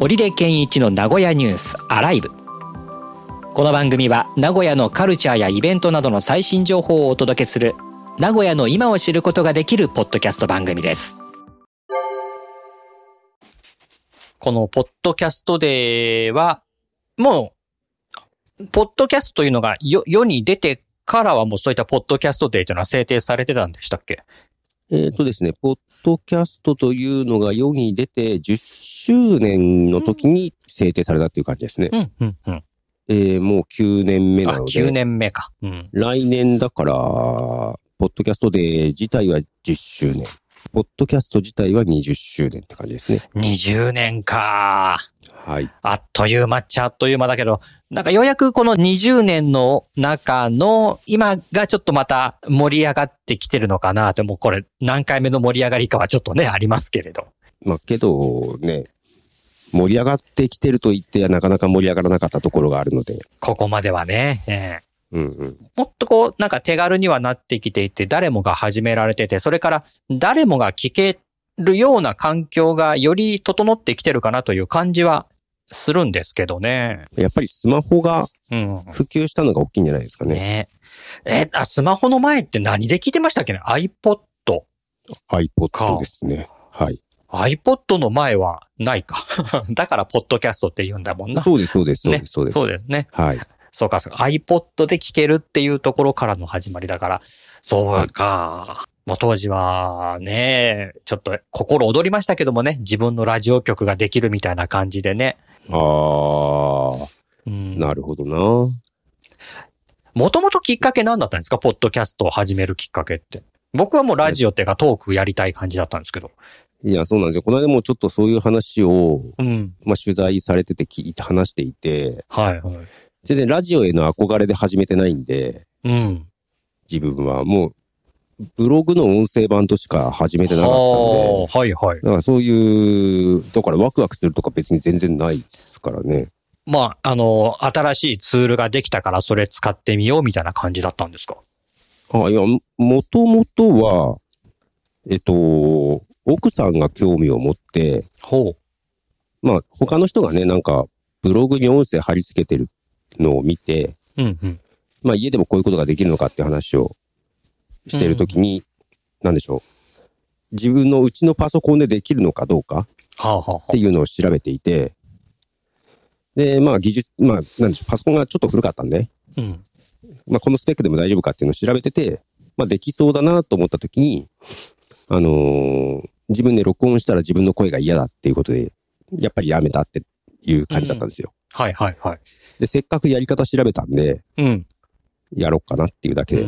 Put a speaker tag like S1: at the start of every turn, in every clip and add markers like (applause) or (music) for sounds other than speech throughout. S1: 織出健一の名古屋ニュースアライブこの番組は名古屋のカルチャーやイベントなどの最新情報をお届けする名古屋の今を知ることができるポッドキャスト番組です
S2: このポッドキャストデーは、もう、ポッドキャストというのが世世に出てからはもうそういったポッドキャストデーというのは制定されてたんでしたっけ
S3: えっ、とですね、ポッドキャストというのが世に出て10周年の時に制定されたっていう感じですね。
S2: うん、うん、うん。
S3: えーもう9年目
S2: あ、
S3: なの
S2: 9
S3: で、
S2: 年目か。うん。
S3: 来年だから、ポッドキャストデー自体は10周年。ポッドキャスト自体は20周年って感じですね。
S2: 20年か。
S3: はい。
S2: あっという間っちゃあっという間だけど、なんかようやくこの20年の中の今がちょっとまた盛り上がってきてるのかなって、もうこれ何回目の盛り上がりかはちょっとね、ありますけれど。
S3: まあけどね、盛り上がってきてると言ってなかなか盛り上がらなかったところがあるので。
S2: ここまではね。ええ
S3: うんうん。
S2: もっとこう、なんか手軽にはなってきていて、誰もが始められてて、それから誰もが聞けるような環境がより整ってきてるかなという感じはするんですけどね。
S3: やっぱりスマホが
S2: うん。
S3: 普及したのが大きいんじゃないですかね。
S2: ねえ、あ、スマホの前って何で聞いてましたっけね ?iPod。か
S3: iPod ですね。はい。
S2: iPod の前はないか。 (laughs) だから、ポッドキャストって言うんだもんな。
S3: そうです、そうです、そうで
S2: ね
S3: す、そうです
S2: そ。うですね。
S3: はい。
S2: そうか、そうか。iPod で聞けるっていうところからの始まりだから、そうか。もう当時はね、ちょっと心躍りましたけどもね、自分のラジオ局ができるみたいな感じでね。
S3: あ
S2: うん
S3: あ、なるほどな。
S2: もともときっかけ何だったんですかポッドキャストを始めるきっかけって。僕はもうラジオっていうかトークやりたい感じだったんですけど。
S3: いや、そうなんですよ。この間もちょっとそういう話を、
S2: うん。
S3: まあ、取材されてて聞いて、話していて、
S2: はい、はい。
S3: 全然ラジオへの憧れで始めてないんで、
S2: うん。
S3: 自分はもう、ブログの音声版としか始めてなかったん
S2: は
S3: で、
S2: あはい、はい。
S3: だからそういう、だからワクワクするとか別に全然ないですからね。
S2: まあ、あの、新しいツールができたからそれ使ってみようみたいな感じだったんですか
S3: あ、いや、ももともとは、えっと、奥さんが興味を持って、
S2: ほ
S3: まあ、他の人がね、なんか、ブログに音声貼り付けてるのを見て、
S2: う。うん、うん。
S3: まあ、家でもこういうことができるのかって話をしてるときに、なんでしょう。自分のうちのパソコンでできるのかどうか
S2: はあ、はあはあ
S3: っていうのを調べていて、で、まあ、技術、まあ、なんでしょう、パソコンがちょっと古かったんで、
S2: うん。
S3: まあ、このスペックでも大丈夫かっていうのを調べてて、まあ、できそうだなと思ったときに、あのー自分で録音したら自分の声が嫌だっていうことで、やっぱりやめたっていう感じだったんですよ。
S2: はいはいはい。
S3: で、せっかくやり方調べたんで、
S2: うん。
S3: やろっかなっていうだけで。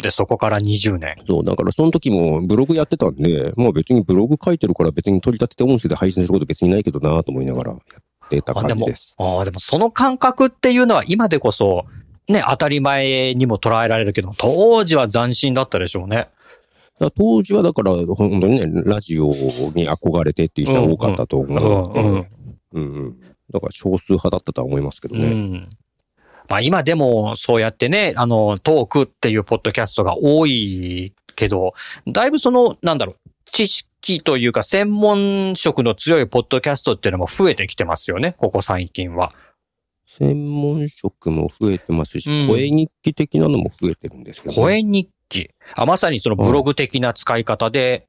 S2: で、そこから20年。
S3: そう、だからその時もブログやってたんで、まあ別にブログ書いてるから別に取り立てて音声で配信すること別にないけどなと思いながらやってた感じです。
S2: ああ、でもその感覚っていうのは今でこそ、ね、当たり前にも捉えられるけど、当時は斬新だったでしょうね。
S3: だから当時はだから本当にね、ラジオに憧れてっていう人が多かったと
S2: う
S3: 思
S2: ん
S3: う
S2: う
S3: の
S2: ん
S3: で、。うんうん。だから少数派だったとは思いますけど
S2: う
S3: ね。
S2: ん。まあ今でもそうやってね、あの、トークっていうポッドキャストが多いけど、だいぶその、なんだろう、知識というか専門職の強いポッドキャストっていうのも増えてきてますよね、ここ最近は。
S3: 専門職も増えてますし、
S2: うん
S3: 声日記的なのも増えてるんですけど、ね。
S2: 声日記。あ、まさにそのブログ的な使い方で、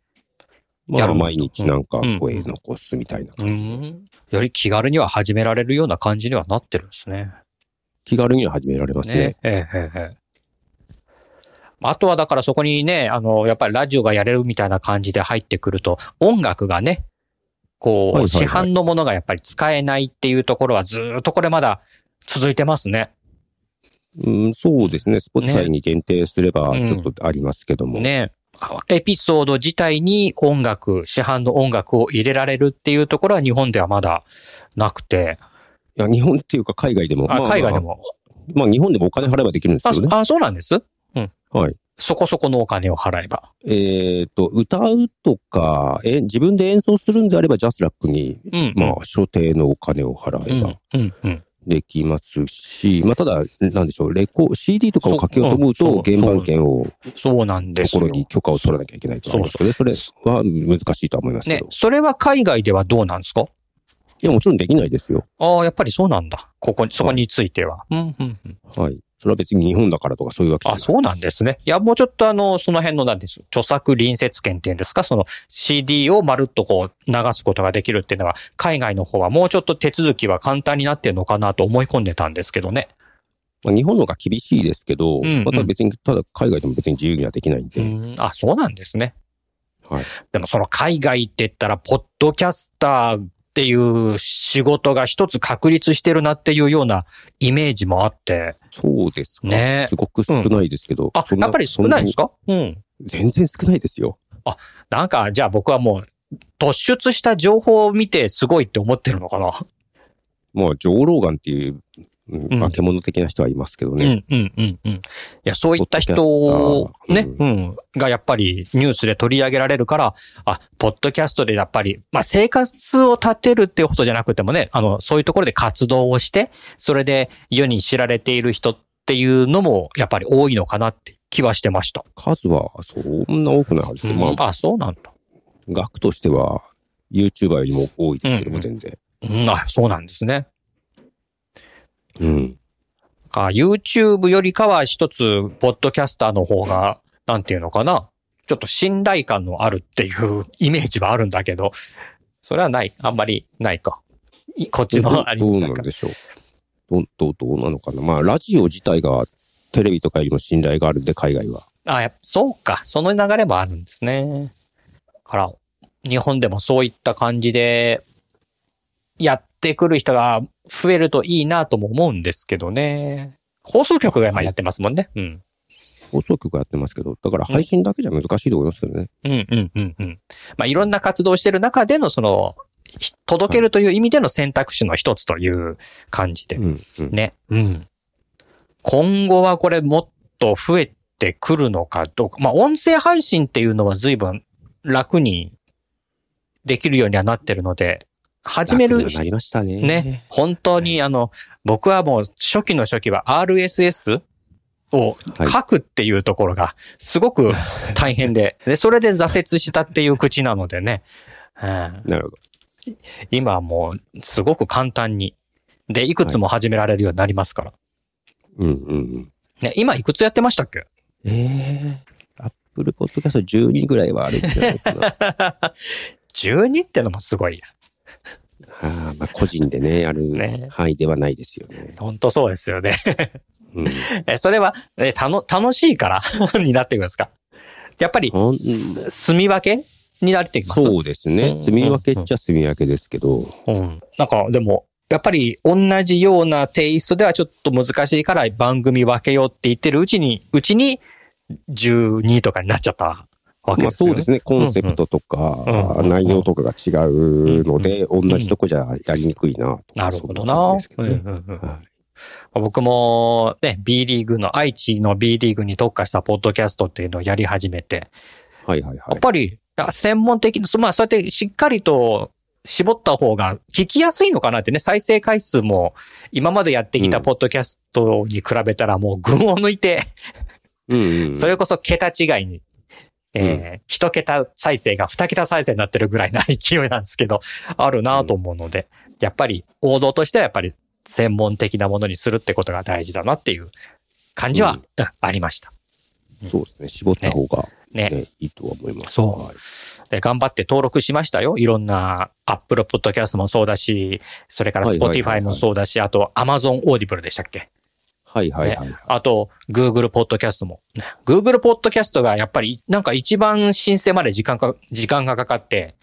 S3: ま
S2: や
S3: あ
S2: る
S3: 毎日なんか
S2: うん
S3: 声残すみたいな
S2: う
S3: 感じで。
S2: ん、より気軽には始められるような感じにはなってるんですね。
S3: 気軽には始められますね。
S2: ええええええあとはだからそこにね、あの、やっぱりラジオがやれるみたいな感じで入ってくると、音楽がね、こ
S3: はいは
S2: う、
S3: いは
S2: 市
S3: い
S2: 販のものがやっぱり使えないっていうところはずーっとこれまだ続いてますね。
S3: うん、そうですね。
S2: ね
S3: Spotify に限定すれば、
S2: うん
S3: ちょっとありますけども。
S2: ね。エピソード自体に音楽、市販の音楽を入れられるっていうところは日本ではまだなくて、
S3: いや、日本っていうか海外でも。まあ
S2: あ
S3: まあ
S2: 海外で。も
S3: まあ日本でもお金払えばできるんです
S2: あ、
S3: けど
S2: そ
S3: ね。
S2: あ、そうなんです。うん。
S3: はい。
S2: そこそこのお金を払えば。
S3: えっ、と、歌うとか、え、自分で演奏するんであればジャスラックに、
S2: うん
S3: まあ、所定のお金を払
S2: うん
S3: えば。
S2: うん。うん。
S3: できますし、まあ、ただ、なんでしょう、レコ、CD とかをかけようと思う
S2: そう
S3: と
S2: う、んそう
S3: 原版権を、
S2: そうなんです
S3: と
S2: よ。
S3: ころに許可を取らなきゃいけないと思いますけどね、それは難しいとは思いますけ
S2: ね
S3: ど、。
S2: それは海外ではどうなんですか
S3: いや、もちろんできないですよ。
S2: ああ、やっぱりそうなんだ。ここに、そこについては。うん、うん、うん。
S3: はい。それは別に日本だからとかそういうわけじゃな
S2: あ、
S3: い。
S2: そうなんですね。いや、もうちょっとあの、その辺の、なんていうんです著作隣接権っていうんですか、その CD をまるっとこう、流すことができるっていうのが、海外の方はもうちょっと手続きは簡単になってるのかなと思い込んでたんですけどね。
S3: まあ、日本の方が厳しいですけど、
S2: うんうん
S3: また別に、ただ海外でも別に自由にはできないんで。
S2: うん、あ、そうなんですね。
S3: はい。
S2: でもその海外って言ったら、ポッドキャスターっていう仕事が一つ確立してるなっていうようなイメージもあって。
S3: そうですか。
S2: ね
S3: すごく少ないですけど。
S2: あ、
S3: そん
S2: やっぱり少ないんですかうん。
S3: そんなに全然少ないですよ。
S2: なんか、じゃあ僕はもう、突出した情報を見てすごいって思ってるのかな。
S3: まあ、上老眼っていう、うんまあ、獣的な人はいますけどね。
S2: うんうんうんうん。いや、そういった人を、
S3: ポッドキャ
S2: ね
S3: ス、
S2: うん、がやっぱりニュースで取り上げられるから、あ、ポッドキャストでやっぱり、まあ生活を立てるっていうことじゃなくてもね、あの、そういうところで活動をして、それで世に知られている人っていうのも、やっぱり多いのかなって気はしてました。
S3: 数はそんな多くないはずですよ。
S2: うん
S3: まあ、
S2: あ、そうなんだ。
S3: 額としては、YouTuber よりも多いですけど
S2: うんう
S3: も、
S2: ん
S3: 全然。
S2: うん、あ、そうなんですね。
S3: うん。
S2: か、YouTube よりかは一つ、ポッドキャスターの方が、なんていうのかな。ちょっと信頼感のあるっていう (laughs) イメージはあるんだけど、それはない。あんまりないか。いこっち
S3: どう
S2: のありま
S3: どう
S2: した
S3: なん
S2: か。
S3: でしょう。どう、どう、どうなのかな。まあ、ラジオ自体が、テレビとかよりも信頼があるんで、海外は。
S2: あ、やっぱそうか。その流れもあるんですね。だから、日本でもそういった感じで、やってくる人が増えるといいなとも思うんですけどね。放送局が今やってますもんね。うん。
S3: 放送局やってますけど、だから配信だけじゃ難しいと思いますけどね。
S2: うんうんうんうん。まあ、いろんな活動をしてる中での、その、ひ届けるという意味での選択肢の一つという感じで
S3: う。ん。うん
S2: ね。うん。今後はこれもっと増えてくるのかどうか。まあ、音声配信っていうのは随分楽にできるようにはなってるので、始める
S3: 楽にはなりましたね。
S2: ね。、本当にあの、僕はもう初期の初期は RSS を
S3: はい
S2: 書くっていうところがすごく大変
S3: (laughs)
S2: で、で、それで挫折したっていう口なのでね、うん
S3: なるほど。
S2: 今はもうすごく簡単に、で、いくつも始められるようになりますから。
S3: うんうんうん。
S2: ね、今いくつやってましたっけ
S3: ええアップルポッドキャスト12ぐらいはあるんじゃないかな。
S2: (laughs)
S3: あ
S2: ?12 ってのもすごい。
S3: あまあ個人でね、や
S2: ね
S3: る範囲ではないですよね。
S2: 本当そうですよね。
S3: うん。
S2: (laughs) えそれは、えたの、楽しいから (laughs) になってくるんですかやっぱり、
S3: ほん
S2: す住み分けになってきます
S3: そうですね。住み分けっちゃ住み分けですけど、
S2: うん。なんか、でも、やっぱり同じようなテイストではちょっと難しいから番組分けようって言ってるうちに、うちに12とかになっちゃったわけ
S3: ま
S2: で
S3: あ
S2: すよ
S3: そう
S2: ね。
S3: ですね。コンセプトとか、
S2: うんうん
S3: 内容とかが違うので、同じとこじゃやりにくいなとか
S2: なるほど
S3: そん
S2: な
S3: 感じです。けどね
S2: うんうんうん
S3: はい
S2: 僕もね、B リーグの、愛知の B リーグに特化したポッドキャストっていうのをやり始めて、
S3: はいはい
S2: や
S3: は
S2: っ
S3: い。
S2: ぱり、あ専門的に、そまあ、そうやってしっかりと絞った方が聞きやすいのかなってね、再生回数も今までやってきた
S3: うん
S2: ポッドキャストに比べたらもう群を抜いて、
S3: うんうん
S2: それこそ桁違いに、えー一桁再生が二桁再生になってるぐらいな勢いなんですけど、あるなと思うので、やっぱり王道としてはやっぱり専門的なものにするってことが大事だなっていう感じは、
S3: うん
S2: うんありました。
S3: そうですね。絞った方が
S2: ね。
S3: ね、いいとは思います。
S2: そう
S3: はい
S2: で頑張って登録しましたよ。いろんな Apple Podcast もそうだし、それから
S3: はいはいは
S2: Spotify
S3: いはい
S2: もそうだし、あと Amazon Audible でしたっけ
S3: はいはいはい。
S2: あと Google Podcast も。Google Podcast がやっぱりなんか一番申請まで時間か、時間がかかって、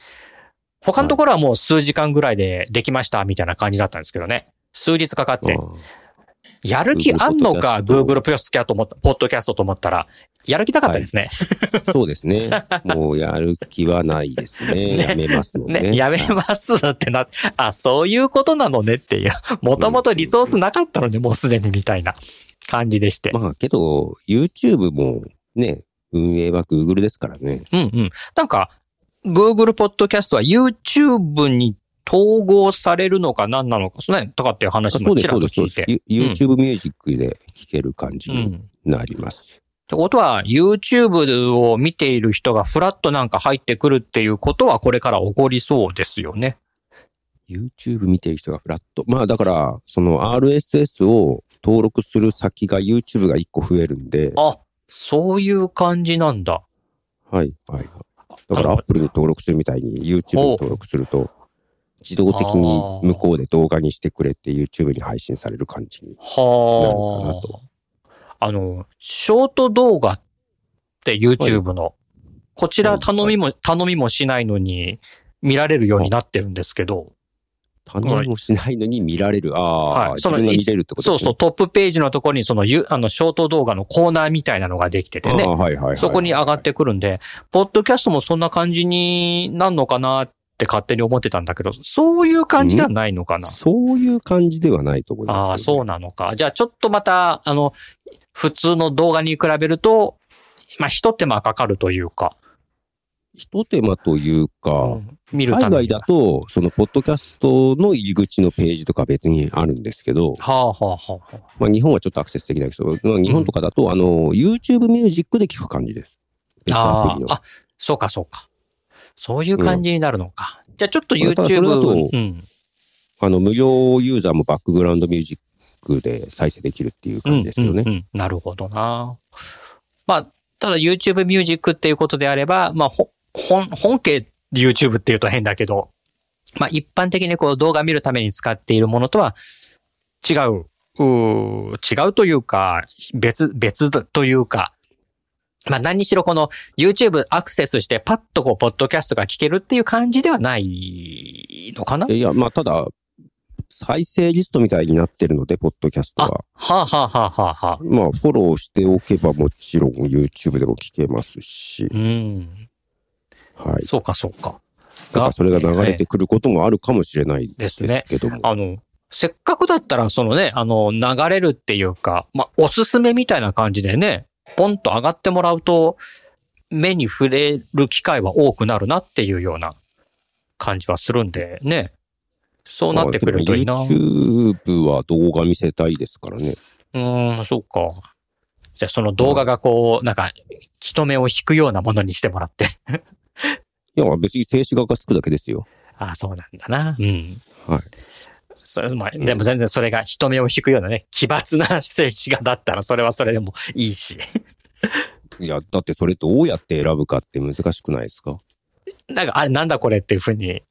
S2: 他のところはもう数時間ぐらいでできましたみたいな感じだったんですけどね。数日かかって。
S3: ああ
S2: やる気あんのか、Google
S3: Google
S2: Podcast と思った、Podcast と思ったら、やる気なかったですね。
S3: そうですね。もうやる気はないです
S2: (laughs)
S3: ね。
S2: ね
S3: やめますので、ね。
S2: ね、やめますってな、あ、そういうことなのねっていう、もともとリソースなかったので、もうすでにみたいな感じでして。
S3: まあけど、YouTube もね、運営は Google ですからね。
S2: うんうん。なんか、Google Podcast は YouTube に統合されるのか何なのか、ね、とかっていう話
S3: そ
S2: も
S3: うで
S2: ち
S3: す、
S2: らっ
S3: そう
S2: と
S3: です、
S2: 聞
S3: そ
S2: い
S3: うです
S2: て。。
S3: ゆ YouTube ミュージックで聴ける感じ
S2: う
S3: に
S2: ん。
S3: なります。
S2: ってことは、YouTube を見ている人がフラットなんか入ってくるっていうことは、これから起こりそうですよね。
S3: YouTube 見てる人がフラット。まあだから、その RSS を登録する先が YouTube が1個増えるんで、
S2: あ、そういう感じなんだ。
S3: はい、はい。だから
S2: あ
S3: Apple に登録するみたいに YouTube に登録すると、自動的に向こうで動画にしてくれて YouTube に配信される感じに。なるのかな
S2: は
S3: と
S2: あ。あの、ショート動画って YouTube の、こちら頼みも、頼みもしないのに見られるようになってるんですけど、
S3: 頼みもしないのに見られる。ああ、
S2: はい
S3: 自
S2: その
S3: 分が見れるってこと
S2: そう
S3: です
S2: そう、
S3: ね。
S2: トップページのところにその、ゆあの、ショート動画のコーナーみたいなのができててね
S3: あ。あはいはいはい
S2: そこに上がってくるんで、ポッドキャストもそんな感じになんのかなって勝手に思ってたんだけど、そういう感じではないのかな。
S3: そういう感じではないと思います、
S2: ああ、そうなのか。じゃあちょっとまた、あの、普通の動画に比べると、まあ、一手間かかるというか、
S3: 一手間というか
S2: う、ん見るため
S3: 海
S2: に。
S3: 外だと、その、ポッドキャストの入り口のページとか別にあるんですけど、
S2: はあ、はあはあはあ、
S3: まあ、日本はちょっとアクセスできないけど、まあ日本とかだと、あの、YouTube ミュージックで聞く感じです。別ア
S2: あ
S3: プリの
S2: ー。あ、そうかそうか。そういう感じになるのか。じゃあちょっと
S3: まあただそれ
S2: YouTube、
S3: だと
S2: うん、
S3: あの、無料ユーザーもバックグラウンドミュージックで再生できるっていう感じですけどね。
S2: うんうんうんなるほどな。まあ、ただ YouTube ミュージックっていうことであれば、まあ、ほ本、本家 YouTube っていうと変だけど、まあ一般的にこう動画見るために使っているものとは違う、うー違うというか、別、別というか、まあ何にしろこの YouTube アクセスしてパッとこう、ポッドキャストが聞けるっていう感じではないのかな
S3: えいや、まあ、ただ、再生リストみたいになってるので、ポッドキャストは。
S2: はあはあはあはあはあ。
S3: まあ、フォローしておけばもちろん YouTube でも聞けますし、
S2: うん。
S3: はい。
S2: そうかそうか。
S3: だからそれが流れてくることもあるかもしれないですけども。
S2: あの、せっかくだったら、そのね、あの、流れるっていうか、まあ、おすすめみたいな感じでね、ポンと上がってもらうと、目に触れる機会は多くなるなっていうような感じはするんで、ね。そうなってくれるといいな。
S3: まあ
S2: う
S3: でも YouTube は動画見せたいですからね。
S2: ーん、そうか。じゃあ、その動画がこう、なんか、人目を引くようなものにしてもらって。
S3: いや、別に静止画がつくだけですよ。
S2: ああ、そうなんだな。うん。
S3: はい。
S2: それまあ、でも全然それが人目を引くようなね、奇抜な静止画だったら、それはそれでもいいし。 (laughs)
S3: いや、だってそれどうやって選ぶかって難しくないですか
S2: なんか、あれなんだこれっていうふうに、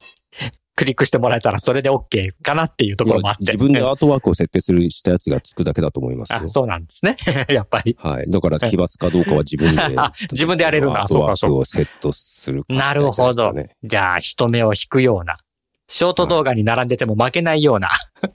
S2: クリックしてもらえたらそれで OK かなっていうところもあって。
S3: いや自分でアートワークを設定するしたやつがつくだけだと思いますよ
S2: あ、。そうなんですね。 (laughs) やっぱり。
S3: はい。だから奇抜かどうかは
S2: (laughs)
S3: 自分で。
S2: あ、自分でやれるんだ。
S3: アート
S2: そう
S3: ワ
S2: か、
S3: ー
S2: そう
S3: ク
S2: か。
S3: をセットするか
S2: なるほど
S3: みたいなやつですかね。
S2: じゃあ、人目を引くような。ショート動画に並んでても負けないような。 (laughs)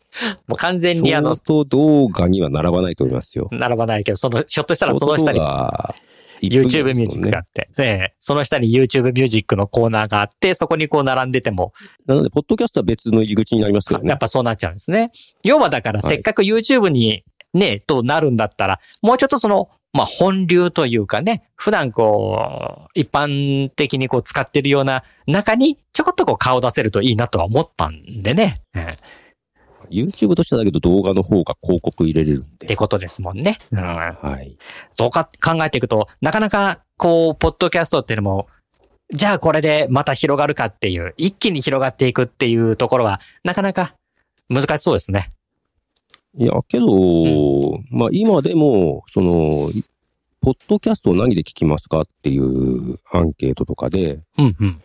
S2: もう完全にあの
S3: シ、ョート動画には並ばないと思いますよ。
S2: 並ばないけど、その、ひょっとしたらその下に YouTube
S3: YouTube
S2: ミュージックがあって、ねえその下に YouTube ミュージックのコーナーがあって、そこにこう並んでても、
S3: なので、ポッドキャストは別の入り口になりますけど
S2: や
S3: ね
S2: っ。ぱそうなっちゃうんですね。要はだから、せっかく YouTube にね、となるんだったら、もうちょっとその、まあ、本流というかね、普段こう、一般的にこう使ってるような中に、ちょこっとこう顔出せるといいなとは思ったんでね。うん、っ
S3: YouTube としてはだけど動画の方が広告入れれるんで
S2: て。ことですもんね。うん、
S3: はい。
S2: そうか、考えていくと、なかなか、こう、ポッドキャストっていうのも、じゃあこれでまた広がるかっていう、一気に広がっていくっていうところは、なかなか難しそうですね。
S3: いや、けど、まあ今でも、その、ポッドキャストを何で聞きますかっていうアンケートとかで、
S2: うんうん。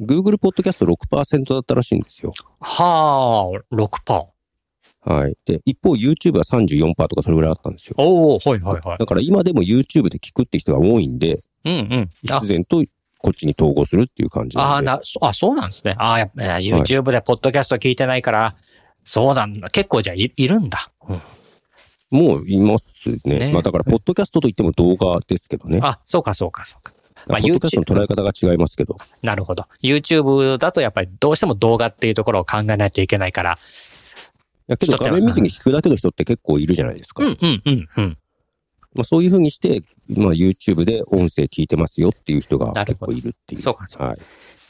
S3: Google ポッドキャスト6%だったらしいんですよ。
S2: はあ、6%。
S3: はい。で、一方 YouTube は34%とかそれぐらいあったんですよ。
S2: おおはいはいはい。
S3: だから今でも YouTube で聞くって人が多いんで、
S2: うんうん。あ
S3: 必然とこっちに統合するっていう感じ
S2: あ
S3: な
S2: ー
S3: んで。
S2: なそあ、そうなんですね。ああ、やっぱ、YouTube でポッドキャスト聞いてないから、そうなんだ。結構じゃあいいるんだ、うん
S3: もういますね。
S2: ね
S3: まあだから、ポッドキャストといっても動画ですけどね。
S2: あ、そうかそうかそうか。まあ
S3: ポッドキャストの捉え方が違いますけど。
S2: なるほど。YouTube だとやっぱりどうしても動画っていうところを考えないといけないから、
S3: いやけど
S2: 人って
S3: 画面見ずに聞くだけの人って結構いるじゃないですか。
S2: うんうんうんうん。
S3: まあ、そういうふうにして、まあ、YouTube で音声聞いてますよっていう人が
S2: なる
S3: 結
S2: ほ
S3: 構
S2: ど
S3: いるっていう。
S2: そうかそうか
S3: はい。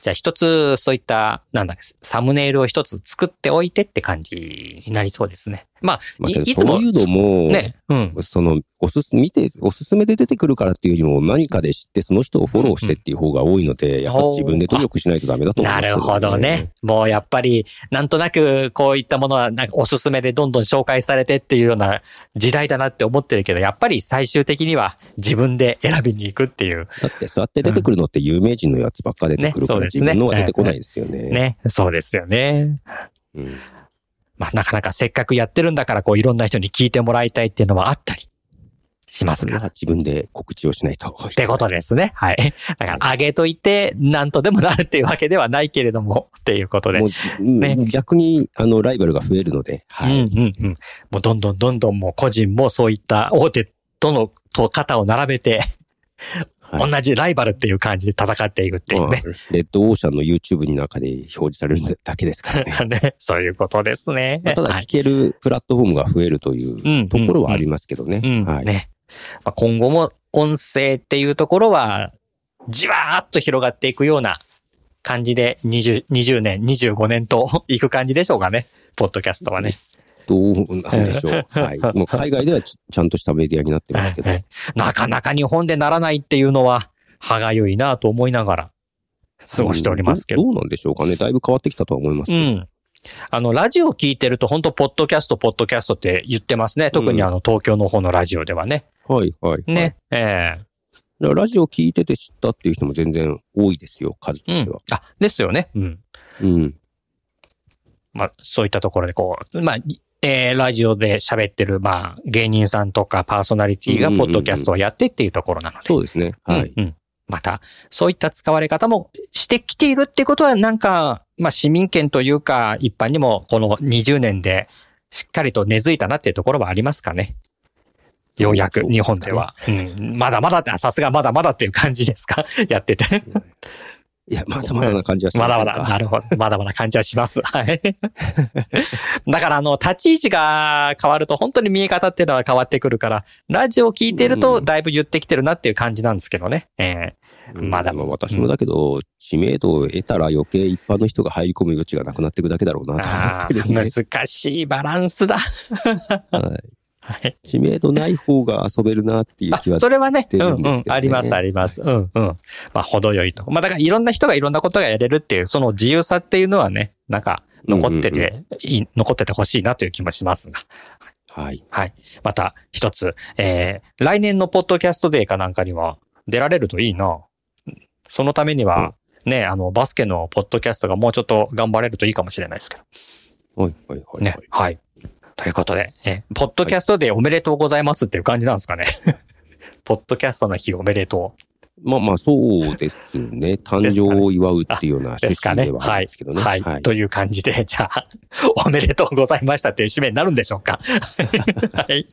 S2: じゃあ一つそういった、なんだっけ、サムネイルを一つ作っておいてって感じになりそうですね。まあ、
S3: まあ、
S2: い
S3: けど
S2: いつ
S3: そ
S2: も
S3: ういうのも、
S2: ね、うん。
S3: その、おすす、見て、おすすめで出てくるからっていうよりも、何かで知って、その人をフォローしてっていう方が多いので、やっぱ自分で努力しないとダメだと思いま
S2: な
S3: す、
S2: るほどね。。もうやっぱり、なんとなくこういったものはなんかおすすめでどんどん紹介されてっていうような時代だなって思ってるけど、やっぱり最終的には自分で選びに行くっていう。
S3: だって、そうやって出てくるのって有名人のやつばっか出てくるか
S2: ねそう
S3: ら、
S2: です
S3: 自
S2: ね
S3: 分のは出てこないですよね。
S2: ね。そうですよね。
S3: うん
S2: まあなかなかせっかくやってるんだからこういろんな人に聞いてもらいたいっていうのもあったりします
S3: それ
S2: が。
S3: は自分で告知をしないと。っ
S2: ってことですね。はい。だから、上げといて、なんとでもなるっていうわけではないけれども、っていうことで。
S3: もううん
S2: ね
S3: 逆に、あの、ライバルが増えるので、はい。
S2: うんうんうん。もうどんどんどんどんもう個人もそういった大手との、と肩を並べて、
S3: は
S2: 同じライバルっていう感じで戦っていくっていうね。
S3: まあレッドオーシャンの YouTube の中で表示されるだけですからね。
S2: (laughs) ねそういうことですね。
S3: まあただ
S2: はい
S3: 聞けるプラットフォームが増えるとい
S2: うん
S3: うところはありますけどね。
S2: うん、
S3: はい。
S2: ね。まあ、今後も音声っていうところは、じわーっと広がっていくような感じで20、20年、25年と (laughs) いく感じでしょうかね。ポッドキャストはね。
S3: どうなんでしょう。はい。もう海外ではちちゃんとしたメディアになってますけど。
S2: なかなか日本でならないっていうのは、歯がゆいなと思いながら過ごしておりますけど。
S3: うんどうなんでしょうかね。だいぶ変わってきたとは思いま
S2: う
S3: すけど。
S2: ん。あの、ラジオ聞いてると、本当ポッドキャスト、ポッドキャストって言ってますね。特にあの、東京の方のラジオではね。
S3: はい、はい。
S2: ね。え
S3: はい。ラジオ聞いてて知ったっていう人も全然多いですよ、数と
S2: え
S3: し
S2: う
S3: て
S2: ん
S3: は。。
S2: あ、ですよね。うん。
S3: うん。
S2: まあ、そういったところでこう、まあ、えーラジオで喋ってる、まあ、芸人さんとかパーソナリティが
S3: うんうん
S2: ポ
S3: うん
S2: ッドキャストをやってっていうところなので。
S3: そうですね。はい。
S2: うんうんまた、そういった使われ方もしてきているってことは、なんか、まあ、市民権というか、一般にもこの20年でしっかりと根付いたなっていうところはありますかね。ようやく
S3: そうですかね
S2: 日本では。うん、まだまだって、あさすがまだまだっていう感じですか (laughs) やってて。
S3: いや、まだまだな感じはしま
S2: ますだまだ、なるほど。まだまだ感じはします。はい。 (laughs) だから、あの、立ち位置が変わると、本当に見え方っていうのは変わってくるから、ラジオを聞いてる
S3: うん
S2: と、
S3: うん
S2: だいぶ言ってきてるなっていう感じなんですけどね。えまだ
S3: うん私もだけど、知名度を得たら余計一般の人が入り込む余地がなくなっていくだけだろう
S2: ー
S3: なと思
S2: あ
S3: ってるんで。
S2: ー難しいバランスだ。
S3: はい
S2: はい。
S3: (laughs) 知名度ない方が遊べるなっていう
S2: あ
S3: 気は。
S2: それはね、
S3: て
S2: うん
S3: るんですけ
S2: うん。
S3: どね
S2: あります、あります。うんうん。まあ、程よいとこ。まあ、だから、いろんな人がいろんなことがやれるっていう、その自由さっていうのはね、なんか、残ってて、いい残っててほしいなという気もしますが。
S3: はい。
S2: はい。また、一つ、えー、来年のポッドキャストデーかなんかには出られるといいな。そのためには、ね、あの、バスケのポッドキャストがもうちょっと頑張れるといいかもしれないですけど。
S3: はい、はい、はい。
S2: ね。はい。ということで、えー、ポッドキャストデーおめでとうございますっていう感じなんですかね。 (laughs) ポッドキャストの日おめでと
S3: まあまあ、そうですね。誕生を祝うっていうような
S2: うで
S3: 趣
S2: すか
S3: 旨
S2: ね。
S3: ではあ
S2: は
S3: るん
S2: い
S3: ですけ。どね。
S2: はい。という感じで、じゃあ、 (laughs) おめでとうございましたっていう締めになるんでしょう
S3: (laughs)
S2: か。はい。